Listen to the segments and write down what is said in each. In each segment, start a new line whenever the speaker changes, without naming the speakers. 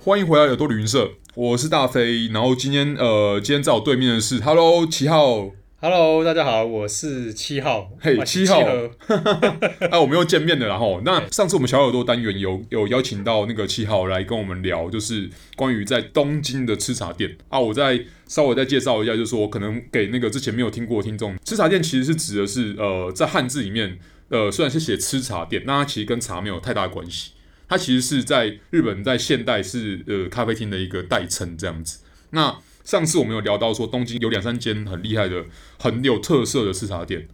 欢迎回来耳朵旅行社，我是大飞。然后今天呃，今天在我对面的是 Hello 七号，
Hello，大家好，我是七号，
嘿
我是
七号
和
啊，我们又见面了啦吼。那上次我们小耳朵单元有有邀请到那个七号来跟我们聊，就是关于在东京的吃茶店啊。我再稍微再介绍一下，就是说可能给那个之前没有听过的听众，吃茶店其实是指的是呃，在汉字里面呃，虽然是写吃茶店，那它其实跟茶没有太大关系，它其实是在日本在现代是呃咖啡厅的一个代称这样子。那上次我们有聊到说，东京有两三间很厉害的、很有特色的吃茶店。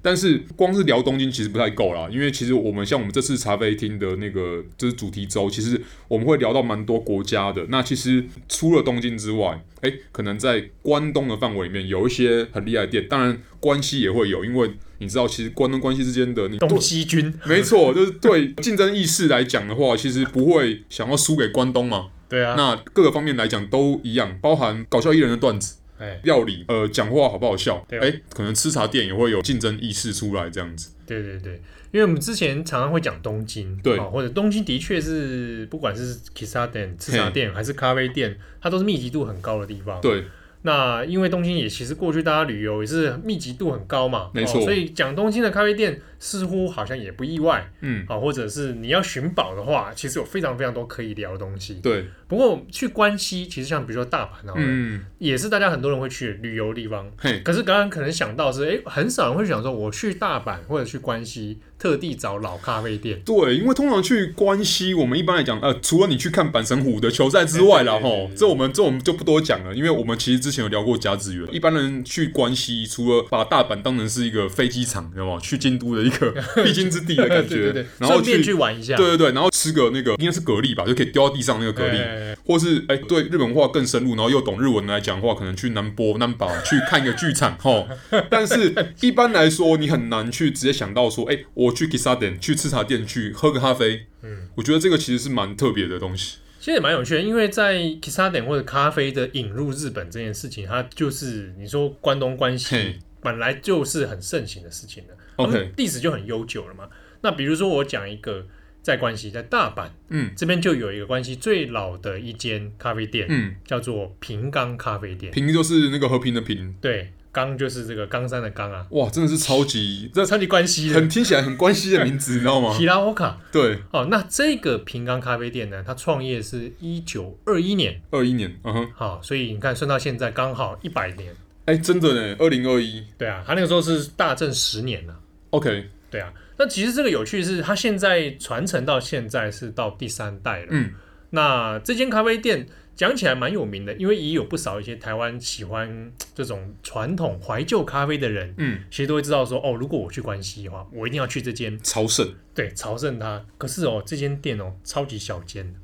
但是光是聊东京其实不太够啦，因为其实我们像我们这次茶啡厅的那个就是主题周，其实我们会聊到蛮多国家的。那其实除了东京之外，哎，可能在关东的范围里面有一些很厉害的店，当然关西也会有，因为你知道，其实关东关西之间的你
东西君，
没错，就是对竞争意识来讲的话，其实不会想要输给关东嘛。
对啊，
那各个方面来讲都一样，包含搞笑艺人的段子。
哎，
料理，呃，讲话好不好笑？哎、
对啊
可能吃茶店也会有竞争意识出来，这样子。
对对对，因为我们之前常常会讲东京，
对
哦或者东京的确是不管是 Kissa 店、吃茶店还是咖啡店，它都是密集度很高的地方。
对，
那因为东京也其实过去大家旅游也是密集度很高嘛，
没错
哦所以讲东京的咖啡店似乎好像也不意外
嗯，
啊、哦或者是你要寻宝的话，其实有非常非常多可以聊的东西。
对，
不过去关西，其实像比如说大阪啊，
嗯，
也是大家很多人会去旅游的地方。
嘿，
可是刚刚可能想到是，哎，很少人会想说，我去大阪或者去关西，特地找老咖啡店。
对，因为通常去关西，我们一般来讲，呃，除了你去看阪神虎的球赛之外啦，
对对对
吼，
对
这我们这我们就不多讲了，因为我们其实之前有聊过甲子园，一般人去关西，除了把大阪当成是一个飞机场，知道吗？去京都的一 个必经之地的感觉，
对对对，
然后
顺便
去，
去玩一下。
对对对，然后吃个那个应该是蛤蜊吧，就可以丢到地上那个蛤蜊。
蜊，
或是哎、对日本文化更深入，然后又懂日文来讲的话，可能去南波、南岛去看一个剧场 吼。但 是一般来说，你很难去直接想到说，哎、我去 kissa 店、去吃茶店、去喝个咖啡。
嗯，
我觉得这个其实是蛮特别的东西。
其实也蛮有趣的，因为在 Kissa 店或者咖啡的引入日本这件事情，它就是你说关东关
嘿
西本来就是很盛行的事情了，
OK
他们历史就很悠久了嘛。那比如说我讲一个在关西，在大阪
嗯
这边就有一个关西最老的一间咖啡店，
嗯，
叫做平冈咖啡店。
平就是那个和平的平，
对，冈就是这个冈山的冈啊，
哇，真的是超级，这
超级关西的
很听起来很关系的名字，你知道吗
h？i r a o k a
对，
哦，那这个平冈咖啡店呢，它创业是一九二一年，
二一年，嗯哼，
好、所以你看算到现在刚好一百年。
哎、真的呢，二零二一
对啊，它那个时候是大正十年了。
，OK，
对啊，那其实这个有趣是，它现在传承到现在是到第三代了。
嗯，
那这间咖啡店讲起来蛮有名的，因为也有不少一些台湾喜欢这种传统怀旧咖啡的人，
嗯，
其实都会知道说，哦，如果我去关西的话，我一定要去这间
朝圣，
对，朝圣它。可是哦，这间店哦，超级小间，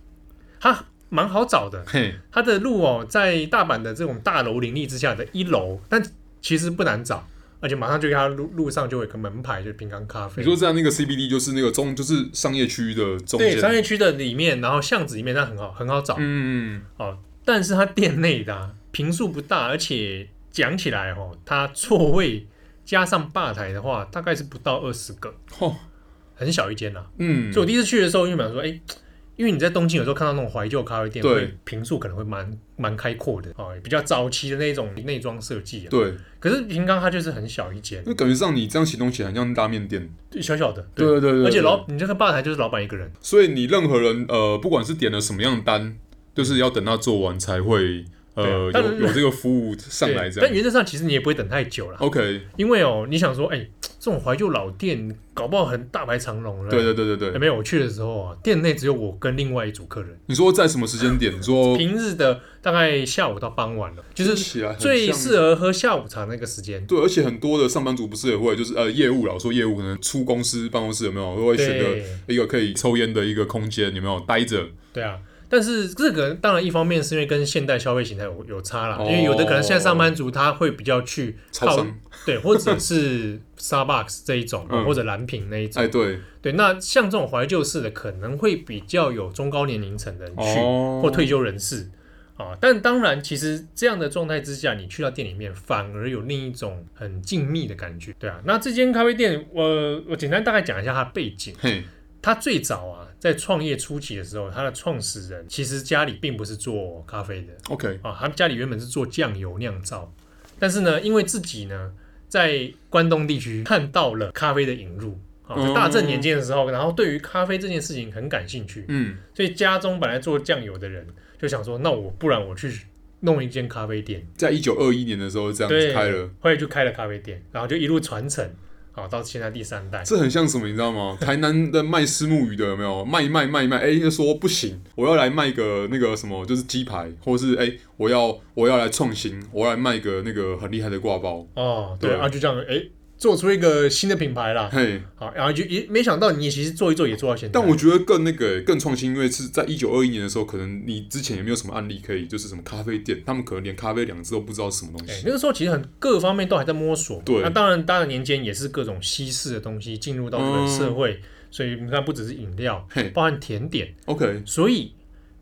它蛮好找的。
嘿，
它的路哦，在大阪的这种大楼林立之下的一楼，但其实不难找，而且马上就给它路路上就有一个门牌，就是平冈咖啡。
你说在那个 CBD 就是那个中，就是商业区的中间，
对，商业区的里面，然后巷子里面，那很好，很好找、
嗯，
哦。但是它店内的、啊、平数不大，而且讲起来哦，它座位加上吧台的话，大概是不到二十个，
哦，
很小一间啦、啊
嗯，
所以我第一次去的时候，因为想说，哎、因为你在东京有时候看到那种怀旧咖啡店，
对
会平数可能会蛮蛮开阔的哦，比较早期的那种内装设计啊。
对，
可是平冈它就是很小一间
因，为感觉上你这样形容起来很像拉面店，
小小的，
对对对
而且
对
老你这个吧台就是老板一个人，
所以你任何人呃，不管是点了什么样的单，就是要等他做完才会呃、
对啊
有
但
有这个服务上
对
来这
但
样。
原则上其实你也不会等太久了，
OK，
因为哦，你想说，哎、这种怀旧老店搞不好很大排长龙了。
对对对对
哎
对，
没有，我去的时候啊，店内只有我跟另外一组客人。
你说在什么时间点？你说
平日的大概下午到傍晚了，就
哦听
是
起来很
最
像
适合喝下午茶那个时间。
对，而且很多的上班族不是也会就是呃业务啦，我说业务可能出公司办公室有没有都会选择
对
一个可以抽烟的一个空间，有没有待着？
对啊，但是这个当然一方面是因为跟现代消费形态有有差啦，
哦
因为有的可能现在上班族他会比较去
超
靠
商
对，或者 是 Starbucks 这一种，
嗯
或者蓝瓶那一种。
哎，对，
对，那像这种怀旧式的可能会比较有中高年龄层的人去，
哦
或退休人士。啊，但当然，其实这样的状态之下，你去到店里面，反而有另一种很静谧的感觉，对啊。那这间咖啡店，我我简单大概讲一下它的背景。
嘿，
他最早啊，在创业初期的时候，他的创始人其实家里并不是做咖啡的
OK，
啊，他们家里原本是做酱油酿造，但是呢，因为自己呢在关东地区看到了咖啡的引入啊，
哦
在大正年间的时候，然后对于咖啡这件事情很感兴趣，
嗯，
所以家中本来做酱油的人就想说，那我不然我去弄一间咖啡店，
在一九二一年的时候这样
对，
子开了，
后来就开了咖啡店，然后就一路传承，好到现在第三代。
这很像什么，你知道吗？台南的卖虱目鱼的有没有卖一卖卖一卖？哎、就说不行，我要来卖个那个什么，就是鸡排，或是哎、我要我要来创新，我要来卖个那个很厉害的挂包，
哦，对，
对
啊，就这样，哎，做出一个新的品牌啦。
嘿。
好，然后就也没想到你其实做一做也做到现在。
但我觉得更那个更创新，因为是在一九二一年的时候，可能你之前也没有什么案例可以，就是什么咖啡店，他们可能连咖啡两个字都不知道是什么东
哎
西。
那个时候其实很各方面都还在摸索。
对
那当然，当然年间也是各种西式的东西进入到这个
嗯
社会，所以你看不只是饮料，
嘿
包含甜点，
，OK，
所以。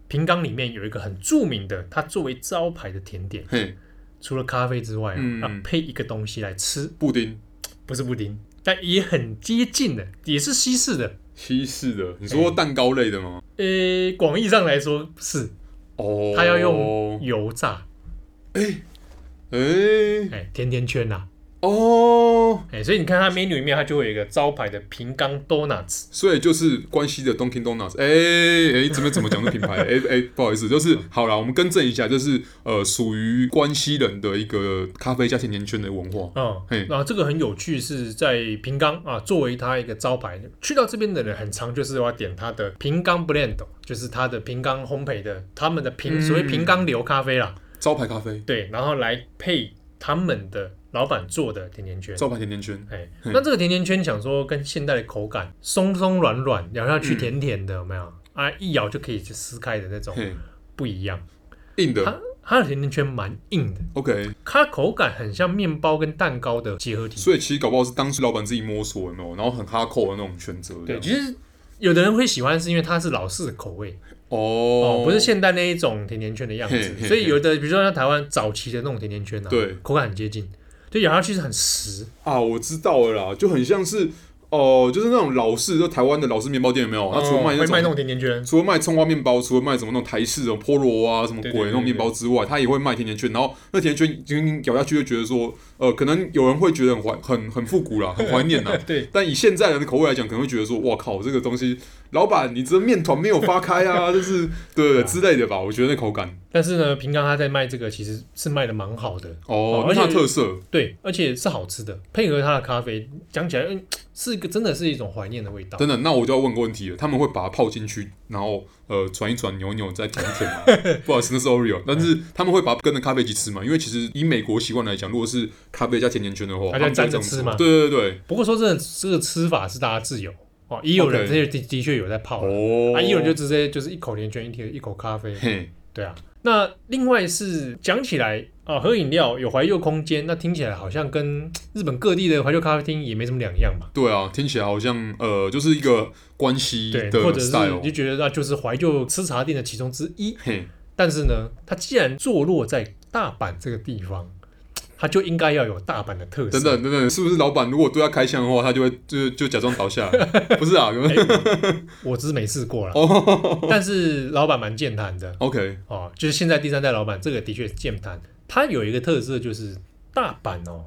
平冈里面有一个很著名的，它作为招牌的甜点，
嘿，
除了咖啡之外，
嗯
啊，配一个东西来吃，
布丁，
不是布丁，但也很接近的，也是西式的。
西式的，你说
哎
蛋糕类的吗？
呃，广义上来说是，
哦，
它要用，油炸，
哎、
哎、甜甜圈呐、啊，
哦，
哎、所以你看它 menu 里面，它就会有一个招牌的平冈 donuts，
所以就是关西的 Dunkin Donuts，哎、哎、怎么怎么讲这品牌？哎哎、不好意思，就是好啦，我们更正一下，就是呃，属于关西人的一个咖啡加甜甜圈的文化。
嗯
嘿，
然后这个很有趣，是在平冈啊，作为它一个招牌，去到这边的人很常就是要点它的平冈 blend，就是它的平冈烘焙的，他们的平、
嗯
所谓平冈流咖啡啦，
招牌咖啡，
对，然后来配他们的老板做的甜甜圈。
招牌甜甜圈，
哎，
嗯
那这个甜甜圈想说跟现代的口感松松软软，咬下
嗯
去甜甜的，有没有？啊，一咬就可以去撕开的那种，
嘿，
不一样。
硬的
它它的甜甜圈蛮硬的，
，OK。
它口感很像面包跟蛋糕的结合体。
所以其实搞不好是当初老板自己摸索有没有，然后很哈扣的那种选择这
对，
样。
其实有的人会喜欢，是因为它是老式的口味
哦
哦，不是现代那一种甜甜圈的样
嘿嘿
子。
嘿
所以有的，比如说像台湾早期的那种甜甜圈啊，
对
口感很接近，就咬下去是很实。
啊，我知道了啦，就很像是哦、就是那种老式，就台湾的老式面包店有没哦有？它除了卖
哦会
那
卖那
种，
种甜甜圈，
除了卖葱花面包，除了卖什么那种台式的菠萝啊什么
对
鬼
对对
那种面包之外，它也会卖甜甜圈。然后那甜甜圈已经咬下去就觉得说，呃，可能有人会觉得很怀很很复 古啦，很怀念啦。
对，
但以现在人的口味来讲，可能会觉得说，哇靠，这个东西，老板你这面团没有发开啊， 就是对对之类的吧？我觉得那口感
但是呢，平冈它在卖这个其实是卖的蛮好的，
哦，那
而且
它的特色
对，而且是好吃的，配合它的咖啡，讲起来，嗯，是一个真的是一种怀念的味道。
等等，那我就要问个问题了，他们会把它泡进去，然后呃转一转、扭一扭，再舔一舔吗？ 不好意思，那是 Oreo，但是他们会把它跟着咖啡一起吃嘛？因为其实以美国习惯来讲，如果是咖啡加甜甜圈的话，他
大家
们就
沾
这
着
样
吃
做
嘛
对对对，
不过说真的，这个吃法是大家自由哦，也有人
OK
这些的的确有在泡了，
哦
啊，也有人就直接就是一口甜圈，一口一口咖啡，
嘿，
对啊。那另外是讲起来啊，喝饮料有怀旧空间，那听起来好像跟日本各地的怀旧咖啡厅也没什么两样嘛。
对啊，听起来好像呃就是一个关系
对，
的
或者是
style，
你就觉得那就是怀旧吃茶店的其中之一。
嘿，
但是呢，它既然坐落在大阪这个地方，它就应该要有大阪的特色。
等等等等，是不是老板如果对他开枪的话，他就会就就假装倒下来？ 不是啊，可能
哎我只是没试过啦，
哦
但是老板蛮健谈的
，OK，
哦，就是现在第三代老板这个的确健谈。他有一个特色就是大阪哦，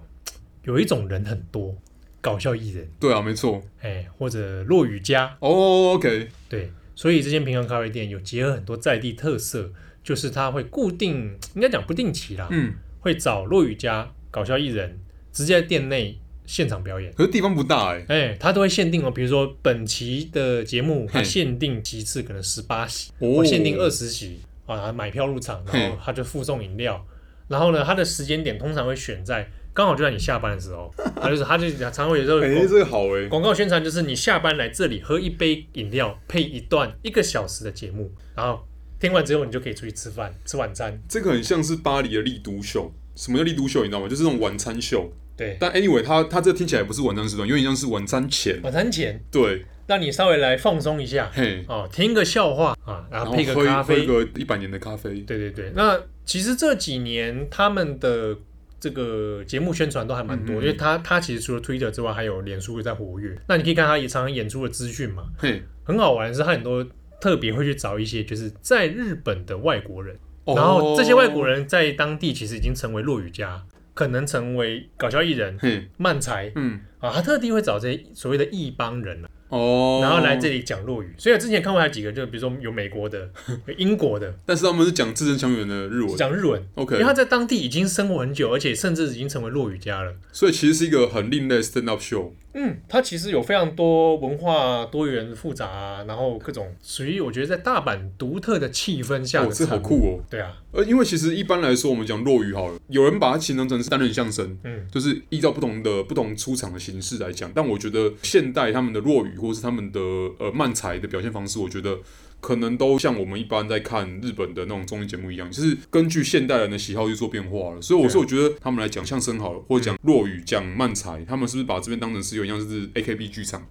有一种人很多，搞笑艺人，
对啊，没错，
哎，或者落雨家，
哦，OK，
对，所以这间平衡咖啡店有结合很多在地特色，就是它会固定，应该讲不定期啦，
嗯，
会找落雨家搞笑艺人直接在店内现场表演。
可是地方不大哎、
哎，它都会限定哦，比如说本期的节目，它
嘿
限定席次可能十八席，
哦
或限定二十席啊，买票入场，然后
嘿
它就附送饮料。然后呢，它的时间点通常会选在刚好就在你下班的时候，它就是它就常会有时候
哎、
广
这个好哎、
广告宣传就是你下班来这里喝一杯饮料，配一段一个小时的节目，然后听完之后你就可以出去吃饭，吃晚餐。
这个很像是巴黎的丽都秀。什么叫丽都秀？你知道吗？就是那种晚餐秀。
对，
但 anyway，它它这听起来不是晚餐时段，有点像是晚餐前。
晚餐前
对，
让你稍微来放松一下
嘿，
哦，听个笑话啊，然
然
后
后
配个
喝一
咖啡
喝一，个一百年的咖啡。
对对对，那其实这几年他们的这个节目宣传都还蛮
嗯嗯
多，
嗯
因为他他其实除了 Twitter 之外，还有脸书也在活跃。那你可以看他也常常演出的资讯嘛，
嘿，
很好玩的是他很多特别会去找一些就是在日本的外国人，
哦
然后这些外国，人在当地其实已经成为落语家，可能成为搞笑艺人、
嘿，
漫才
嗯，
啊，他特地会找这些所谓的异邦人啊
哦，
然后来这，里讲落语。所以我之前看过还有几个，就比如说有美国的、有英 国的
但是他们是讲字正腔圆的日文
讲日文，因
，OK，
为他在当地已经生活很久，而且甚至已经成为落语家了。
所以其实是一个很另类的 stand up show，哦
嗯，他其实有非常多文化多元复杂、然后各种属于我觉得在大阪独特的气氛下
哦，
的
这好
产物。
酷哦。
对啊，
呃，因为其实一般来说，我们讲落语好了，有人把它形容成是单人相声，
嗯，
就是依照不同的不同出场的形式来讲，但我觉得现代他们的落语或是他们的呃漫才的表现方式，我觉得可能都像我们一般在看日本的那种综艺节目一样，就是根据现代人的喜好去做变化了。所以
啊
我说，我觉得他们来讲相声好了，或
嗯
者讲落语、讲漫才，他们是不是把这边当成是有点像是 A K B 剧 场？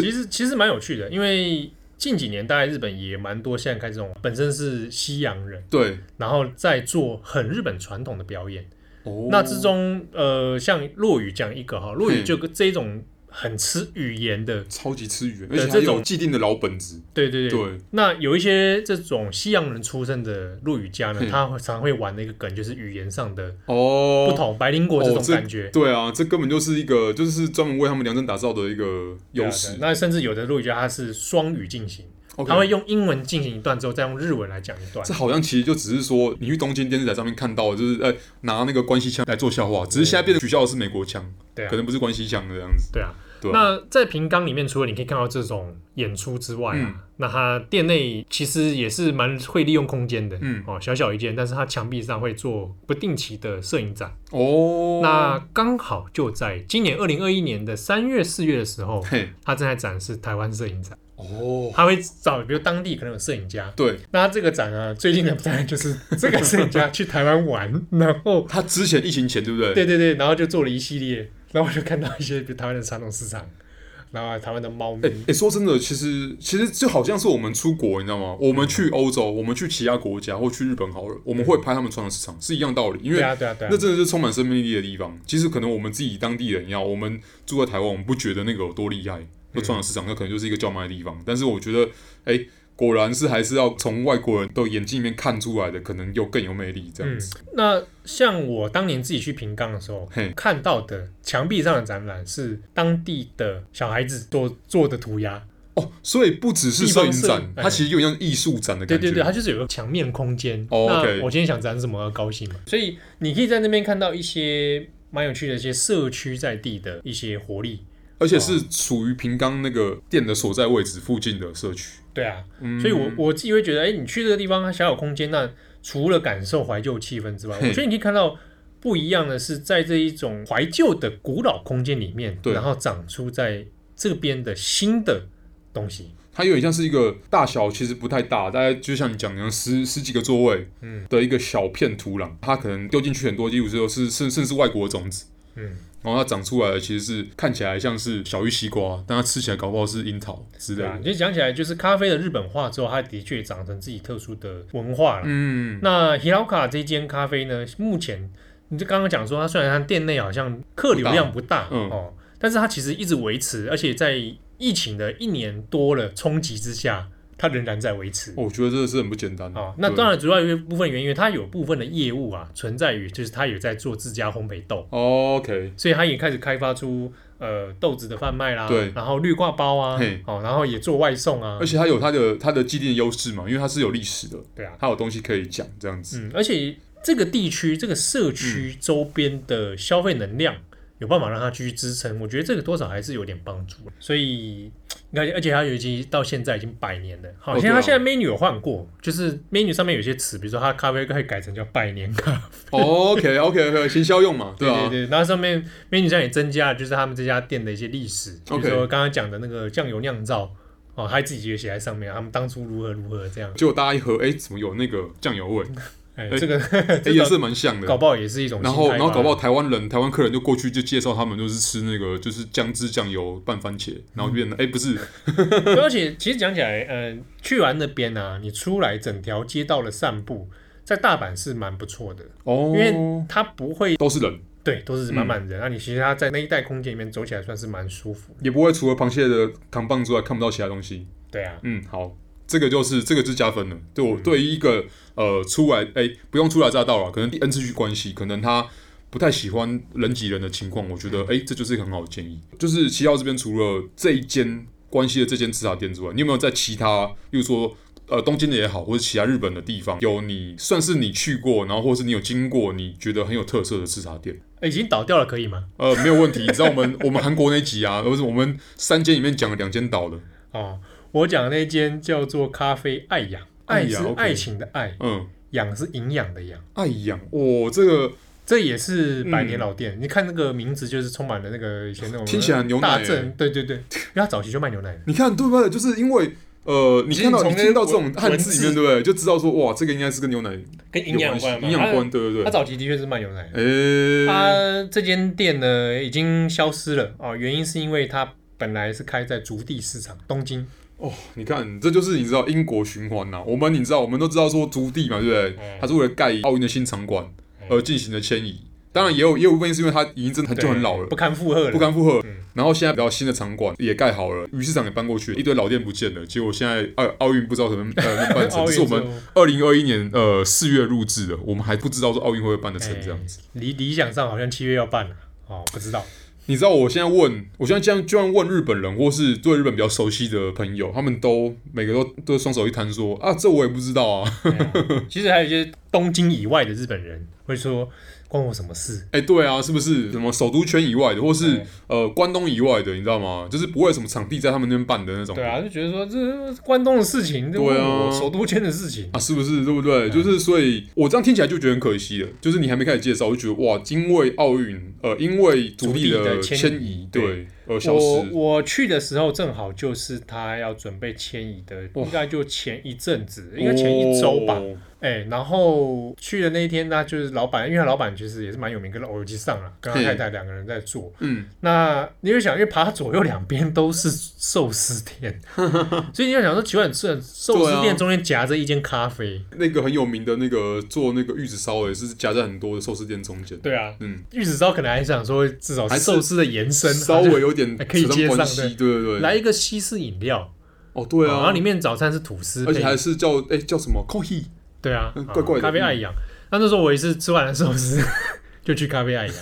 其实其实蛮有趣的，因为近几年大概日本也蛮多现在开始这种本身是西洋人，
对，
然后在做很日本传统的表演。
哦
那之中，呃，像落语讲一个哈，落语
嗯
就跟这一种很吃语言的，
超级吃语言，而
对
且它
这
有
种
既定的老本子。
对对对。
对，
那有一些这种西洋人出身的落语家呢
嗯，
他会常会玩的一个梗就是语言上的
哦，
不同，白灵果这
哦
种
这
感觉。
对啊，这根本就是一个，就是专门为他们量身打造的一个优
对啊对
势
啊。那甚至有的落语家他是双语进行，
OK
他会用英文进行一段之后，再用日文来讲一段
这。好像其实就只是说，你去东京电视台上面看到的，就是呃拿那个关西腔来做笑话，只是现在变成取笑的是美国腔，
对啊
可，能不是关西腔的样子。
对
对
啊。
啊
那在平冈里面，除了你可以看到这种演出之外啊，
嗯
那它店内其实也是蛮会利用空间的，
嗯
哦，小小一间，但是它墙壁上会做不定期的摄影展。
哦，
那刚好就在今年二零二一年的三月、四月的时候，
嘿，
它正在展示台湾摄影展，
哦，
它会找比如当地可能有摄影家。
对
那这个展啊，最近的 展览就是这个摄影家去台湾玩，然后
他之前疫情前对不对？
对对对，然后就做了一系列，然后我就看到一些比如台湾的传统市场，然后啊台湾的猫咪
哎、，哎说真的，其实其实就好像是我们出国，你知道吗？我们去欧洲，我们去其他国家或去日本好了，我们会拍他们传统市场是一样道理，因为
对啊，对啊，对啊
那，真的是充满生命力的地方。其实可能我们自己当地人一样，我们住在台湾，我们不觉得那个有多厉
嗯
害，那传统市场那可能就是一个叫卖的地方。但是我觉得，哎、果然是还是要从外国人的眼睛里面看出来的，可能又更有魅力这样
嗯
子。，
那像我当年自己去平冈的时候
嘿，
看到的墙壁上的展览是当地的小孩子做做的涂鸦，
哦，所以不只是
地方
摄影
摄
展
影，
它
哎
其实有点像艺术展的
对
感觉。
对对，它就是有个墙面空间。
哦
那
OK
我今天想展什么，要高兴嘛，所以你可以在那边看到一些蛮有趣的一些社区在地的一些活力。
而且是处于平冈那个店的所在位置附近的社区。
对啊，
嗯
所以我我自己会觉得，哎，你去这个地方，它小有空间，那除了感受怀旧气氛之外，我
嘿
觉得你可以看到不一样的是，在这一种怀旧的古老空间里面，
对
然后长出在这边的新的东西。
它有点像是一个大小其实不太大，大概就像你讲的十十几个座位，
嗯
的一个小片土壤，它可能丢进去很多基础之后是甚甚至外国的种子，
嗯，
然后它长出来的其实是看起来像是小玉西瓜，但它吃起来搞不好是樱桃之类
对啊
的，。
就讲起来，就是咖啡的日本化之后，它的确长成自己特殊的文化了。
嗯，
那 Hiroka 这间咖啡呢，目前你就刚刚讲说，它虽然它店内好像客流量不大，
不大嗯
哦，但是它其实一直维持，而且在疫情的一年多了冲击之下，它仍然在维持。
我觉得真的是很不简单
哦，那
哦对
当然，主要有一部分原因，因为它有部分的业务啊，存在于就是它有在做自家烘焙豆，
哦，OK，
所以它也开始开发出呃豆子的贩卖啦，
对
然后绿挂包啊
嘿，
哦，然后也做外送啊
而，且它有它的它的既定优势嘛，因为它是有历史的，
对啊，
它有东西可以讲这样子。
嗯，而且这个地区、这个社区周边的消费能量有办法让它继续支撑，我觉得这个多少还是有点帮助。所以，你看，而且它有已经到现在已经百年了，好
哦
像
对啊
它现在 menu 有换过，就是 menu 上面有些词，比如说它咖啡可以改 成叫百年咖，
OK OK OK，行销用嘛，对啊，
对对，然后上面 menu 上也增加了就是他们这家店的一些历史，比如
OK
说刚刚讲的那个酱油酿造。哦，他自己也写在上面，他们当初如何如何这样，
结果大家一喝，哎，怎么有那个酱油 味？
哎，
哎
这个
哎，
这
也
个
是蛮像的
搞。不好也是一种
然
新
后，
开
然后
发
搞不好台湾人、台湾客人就过去就介绍他们，就是吃那个就是姜汁酱油拌番茄，然后变
嗯
得哎、不是，
对而且其实讲起来，呃，去完那边啊，你出来整条街道的散步，在大阪是蛮不错的，
哦，嗯
因为它不会
都是人，
对都是满满人，那、你其实它在那一带空间里面走起来算是蛮舒服的。
也不会除了螃蟹的扛棒之外看不到其他东西。
对啊，
嗯，好，嗯这个就是这个就是加分了。对我对于一个呃初来哎、不用初来乍到了，可能第 N 次去关系，可能他不太喜欢人挤人的情况，我觉得哎、这就是一个很好的建议。就是七号这边除了这一间关系的这间吃茶店之外，你有没有在其他，例如说？呃，东京的也好，或者其他日本的地方，有你算是你去过，然后或是你有经过，你觉得很有特色的吃茶店，
呃已经倒掉了可以吗？
呃，没有问题。你知道我们 我们韩国那一集啊，而是我们三间里面讲了两间倒的，
哦，我讲的那间叫做咖啡爱养，
爱
爱
养
是
OK
爱情的爱，
嗯，
养是营养的养。
爱养，哇、这个
这也是百年老店，你看那个名字就是充满了那个以前那种
嗯听起来牛奶
大
欸
正，对对对，因为他早期就卖牛奶的。
你看对不对？就是因为呃，你
其实
看到
从
你
那
听到这
文
种汉字里面，
文字
对不对？就知道说哇，这个应该是跟牛奶
跟
有关系，营养关，对对
啊
哎
他
对。
早期的确是卖牛奶的。
诶、
他这间店呢已经消失了哦，原因是因为他本来是开在竹地市场东京，
哦，你看，这就是你知道因果循环呐、我们你知道，我们都知道说竹地嘛，对不对？
嗯
它是为了盖奥运的新场馆
嗯
而进行的迁移。当然也有也有一部分是因为它已经真的很就很老了
对不，堪负荷了，
不堪负荷
嗯。
然后现在比较新的场馆也盖好了，鱼市场也搬过去了，一堆老店不见了。结果现在奥奥运不知道什么呃能办 成，
奥
这
运
是我们
之后
二零二一年呃四月入制的，我们还不知道说奥运会不会办得成这样子。
哎理理想上好像七月要办了哦，不 知道
你知道我现在问，我现在这样就算问日本人或是对日本比较熟悉的朋友，他们都每个都都双手一摊说啊，这我也不知道啊。
对啊其实还有一些东京以外的日本人会说，关我什么事？
哎、对啊，是不是什么首都圈以外的，或是
对
呃关东以外的，你知道吗？就是不会有什么场地在他们那边办的那种。
对啊，就觉得说这关东的事情，这
对啊
我首都圈的事情
啊，，是不是对不
嗯
对？就是所以，我这样听起来就觉得很可惜了。就是你还没开始介绍，我就觉得哇，因为奥运，呃，因为主力
主力的迁移
迁移，对，呃，消
我
失。
我去的时候正好就是他要准备迁移的，应该就前一阵子，应该前一周吧。
哦
哎、然后去的那一天，他就是老板，因为他老板其实也是蛮有名，跟我有机上了，跟他
嘿
太太两个人在做。
嗯，
那你就想，因为爬左右两边都是寿 司店，所以你就想说，奇怪，这寿司
对
店
啊
中间夹着一间咖啡。
那个很有名的那个做那个玉子烧，也是夹在很多的寿司店中间。，
对啊，
嗯，
玉子烧可能还想说，至少
还
是
是
寿司的延伸，
稍微有点
还可以
扯
接上
关系，对对对。
来，一个西式饮料，
哦，对
然后
啊
里，面早餐是吐司配，
而且还是叫哎叫什么 coffee，
对啊，
嗯
啊
怪怪的
咖啡
嗯
爱养。那那时候我也是 吃完了寿司，就去咖啡爱养，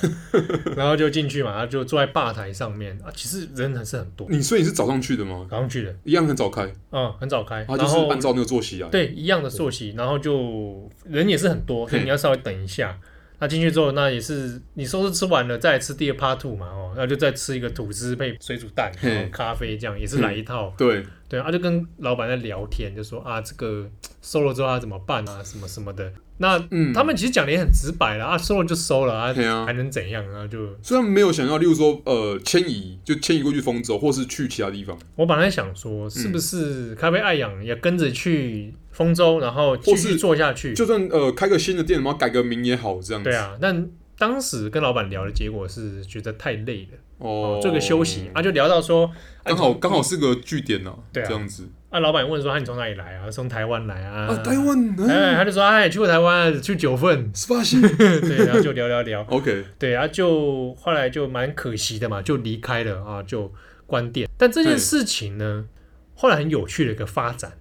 然后就进去嘛，然后就坐在吧台上面啊，其实人还是很多，
你所以你是早上去的吗？
早上去的，
一样很早开，
嗯，很早开，
他啊就
然
是
后
按照那个作息啊来。，
对一样的作息，然后就人也是很多，所以
嘿
你要稍微等一下。那进去之后，那也是你寿司吃完了，再来吃第二 part two 嘛，哦，那就再吃一个吐司配水煮蛋，
嘿
然后咖啡这样，也是来一套。
对，
对啊，就跟老板在聊天，就说啊，这个收了之后他怎么办啊，什么什么的。那
嗯，
他们其实讲的也很直白了啊，收了就收了啊，
对 啊
还能怎样啊？就
虽然没有想要，例如说，呃，迁移就迁移过去丰州，或是去其他地方，
我本来想说，是不
嗯
是咖啡爱养也跟着去丰州，然后继
或
续
是
做下去？
就算呃开个新的店，然后改个名也好，这样子。
对，啊，但当时跟老板聊的结果是觉得太累了，
哦
哦，，做个休息啊，就聊到说，啊
刚
你
好
从
刚好是个据点呐，
对啊
这样子。
啊，老板问说，啊，你从哪里来啊？从台湾来啊？
啊，台。湾，
哎，
哎，，
他就说，哎，去过台湾，去九份
十八线
对，然后就聊聊聊，
，OK，
对啊，就后来就蛮可惜的嘛，就离开了啊，就关店。但这件事情呢，后来很有趣的一个发展，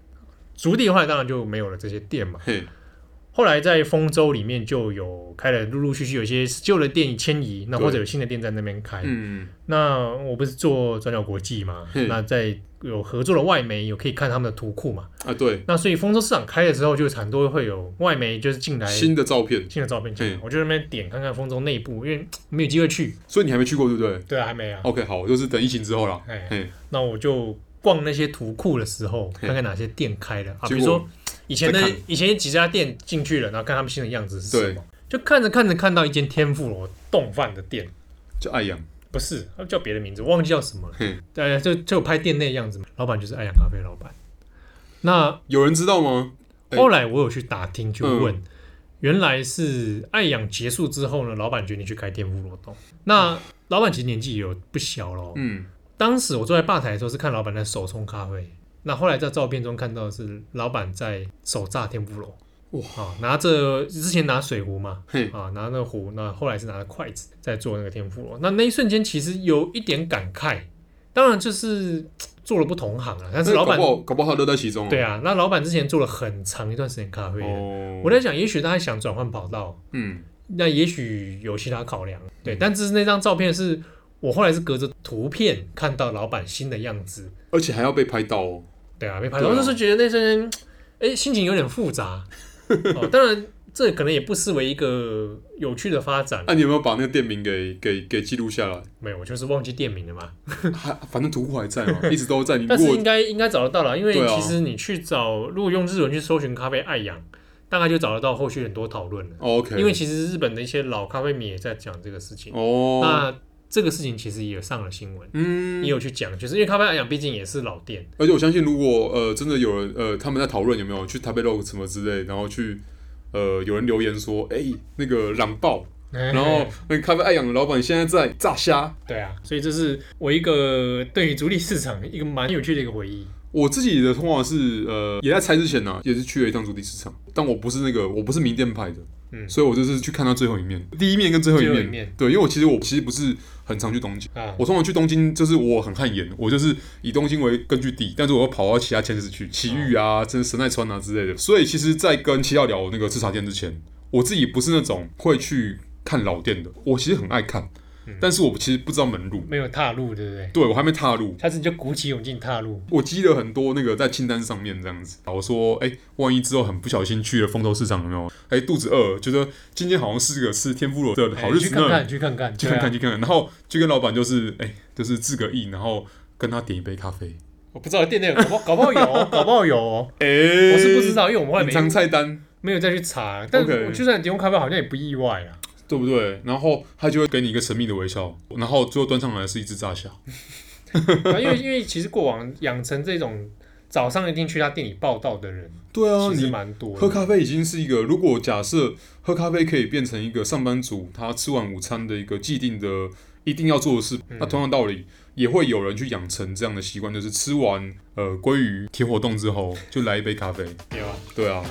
竹地后来当然就没有了这些店嘛。
嘿，
后来在丰州里面就有开了，陆陆续续有一些旧的店迁移，那
对
或者有新的店在那边开。
嗯，
那我不是做转角国际嘛，
嗯
那在有合作的外媒有可以看他们的图库嘛。
啊，对，
那所以丰州市场开了之后，就很多会有外媒就是进来
新的照片，
新的照片进来
嗯，
我就在那边点看看丰州内部，因为没有机会去，
所以你还没去过，对不对
对啊，还没啊。
？OK，好，就是等疫情之后啦。
哎
嘿，
那我就逛那些图库的时候，
嘿
看看哪些店开了啊，比
结果
如说以前的
再看
以前几家店进去了，然后看他们新的样子是什
对
么，就看着看着看到一间天妇罗冻饭的店，
就爱养，
不是，他们叫别的名字，忘记叫什么了，
嘿，
对，就就有拍店内的样子嘛，老板就是爱养咖啡的老板。那
有人知道吗？哎
后来我有去打听去问，
嗯
原来是爱养结束之后呢，老板决定去开天妇罗冻。那老板其实年纪也有不小了，
嗯，
当时我坐在吧台的时候是看老板在手冲咖啡，那后来在照片中看到的是老板在手榨天妇罗，哇、啊，拿着之前拿水壶嘛，
嘿，
啊，拿那壶，那后来是拿着筷子在做那个天妇罗。那那一瞬间其实有一点感慨，当然就是嘖做了不同行啊，但是老
搞
板
不好搞不好乐在其中、哦。
对
啊，
啊，那老板之前做了很长一段时间咖啡的。
哦，
我在想，也许他想转换跑道，
嗯，
那也许有其他考量，对。但只是那张照片是我后来是隔着图片看到老板新的样子，
而且还要被拍到哦。
对啊，被拍到，
对啊
我就是觉得那瞬间，哎、心情有点 复杂。哦，当然，这可能也不失为一个有趣的发展。
那、你有没有把那个店名给给给记录下来？
没有，我就是忘记店名了嘛。
还反正图库还在 嘛，一直都在。你如
但是
果
应该应该找得到了，因为
对啊
其实你去找，如果用日文去搜寻咖啡爱养，大概就找得到后续很多讨论了。
哦 OK，
因为其实日本的一些老咖啡迷也在讲这个事情，
哦，
那这个事情其实也上了新闻，
嗯
也，有去讲，就是因为咖啡爱养毕竟也是老店，
而且我相信，如果呃真的有人呃他们在讨论有没有去台北 log 什么之类，然后去呃有人留言说，哎、那个朗报，
然
然后那个咖啡爱养的老板现在在炸虾。
对啊，所以这是我一个对于足力市场一个蛮有趣的一个回忆。
我自己的通常是呃也在猜之前呢、也是去了一趟主题市场，但我不是那个我不是名店派的。
嗯
所以我就是去看他最后一面，第一面跟最后一面，
最后一面
对，因为我其实我其实不是很常去东京，
啊，
我通常去东京就是我很汗颜，我就是以东京为根据地，但是我要跑到其他县市去，埼玉啊、真神奈川啊之类的。所以其实，在跟七号聊那个吃茶店之前，我自己不是那种会去看老店的，我其实很爱看，
嗯
但是我其实不知道门路，
没有踏入，对不对？
对我还没踏入。
下次你就鼓起勇气踏入。
我积了很多那个在清单上面这样子，我说，哎、万一之后很不小心去了风头市场有没有？哎、肚子饿，觉得今天好像是个吃天妇罗的好
哎
日
去
子
看
呢，
看，去看看，
去
对
看
啊
看，去看看，然后就跟老板就是，哎、就是自个意，然后跟他点一杯咖啡，
我不知道店内有，搞不好搞不好有哦，搞不好 有哦，
哎、
我是不知道，因为我们后来
隐藏
没
菜单，
没有再去查。但
OK
我就算提供咖啡，好像也不意外 啊。
对不对？然后他就会给你一个神秘的微笑，然后最后端上来是一只炸虾。
啊因为因为其实过往养成这种早上一定去他店里报道的人，
对啊，
其实
你
蛮多的。
喝咖啡已经是一个，如果假设喝咖啡可以变成一个上班族他吃完午餐的一个既定的一定要做的事，
嗯
那同样道理。也会有人去养成这样的习惯，就是吃完呃鲑鱼铁火冻之后，就来一杯咖啡。
有啊。
对啊，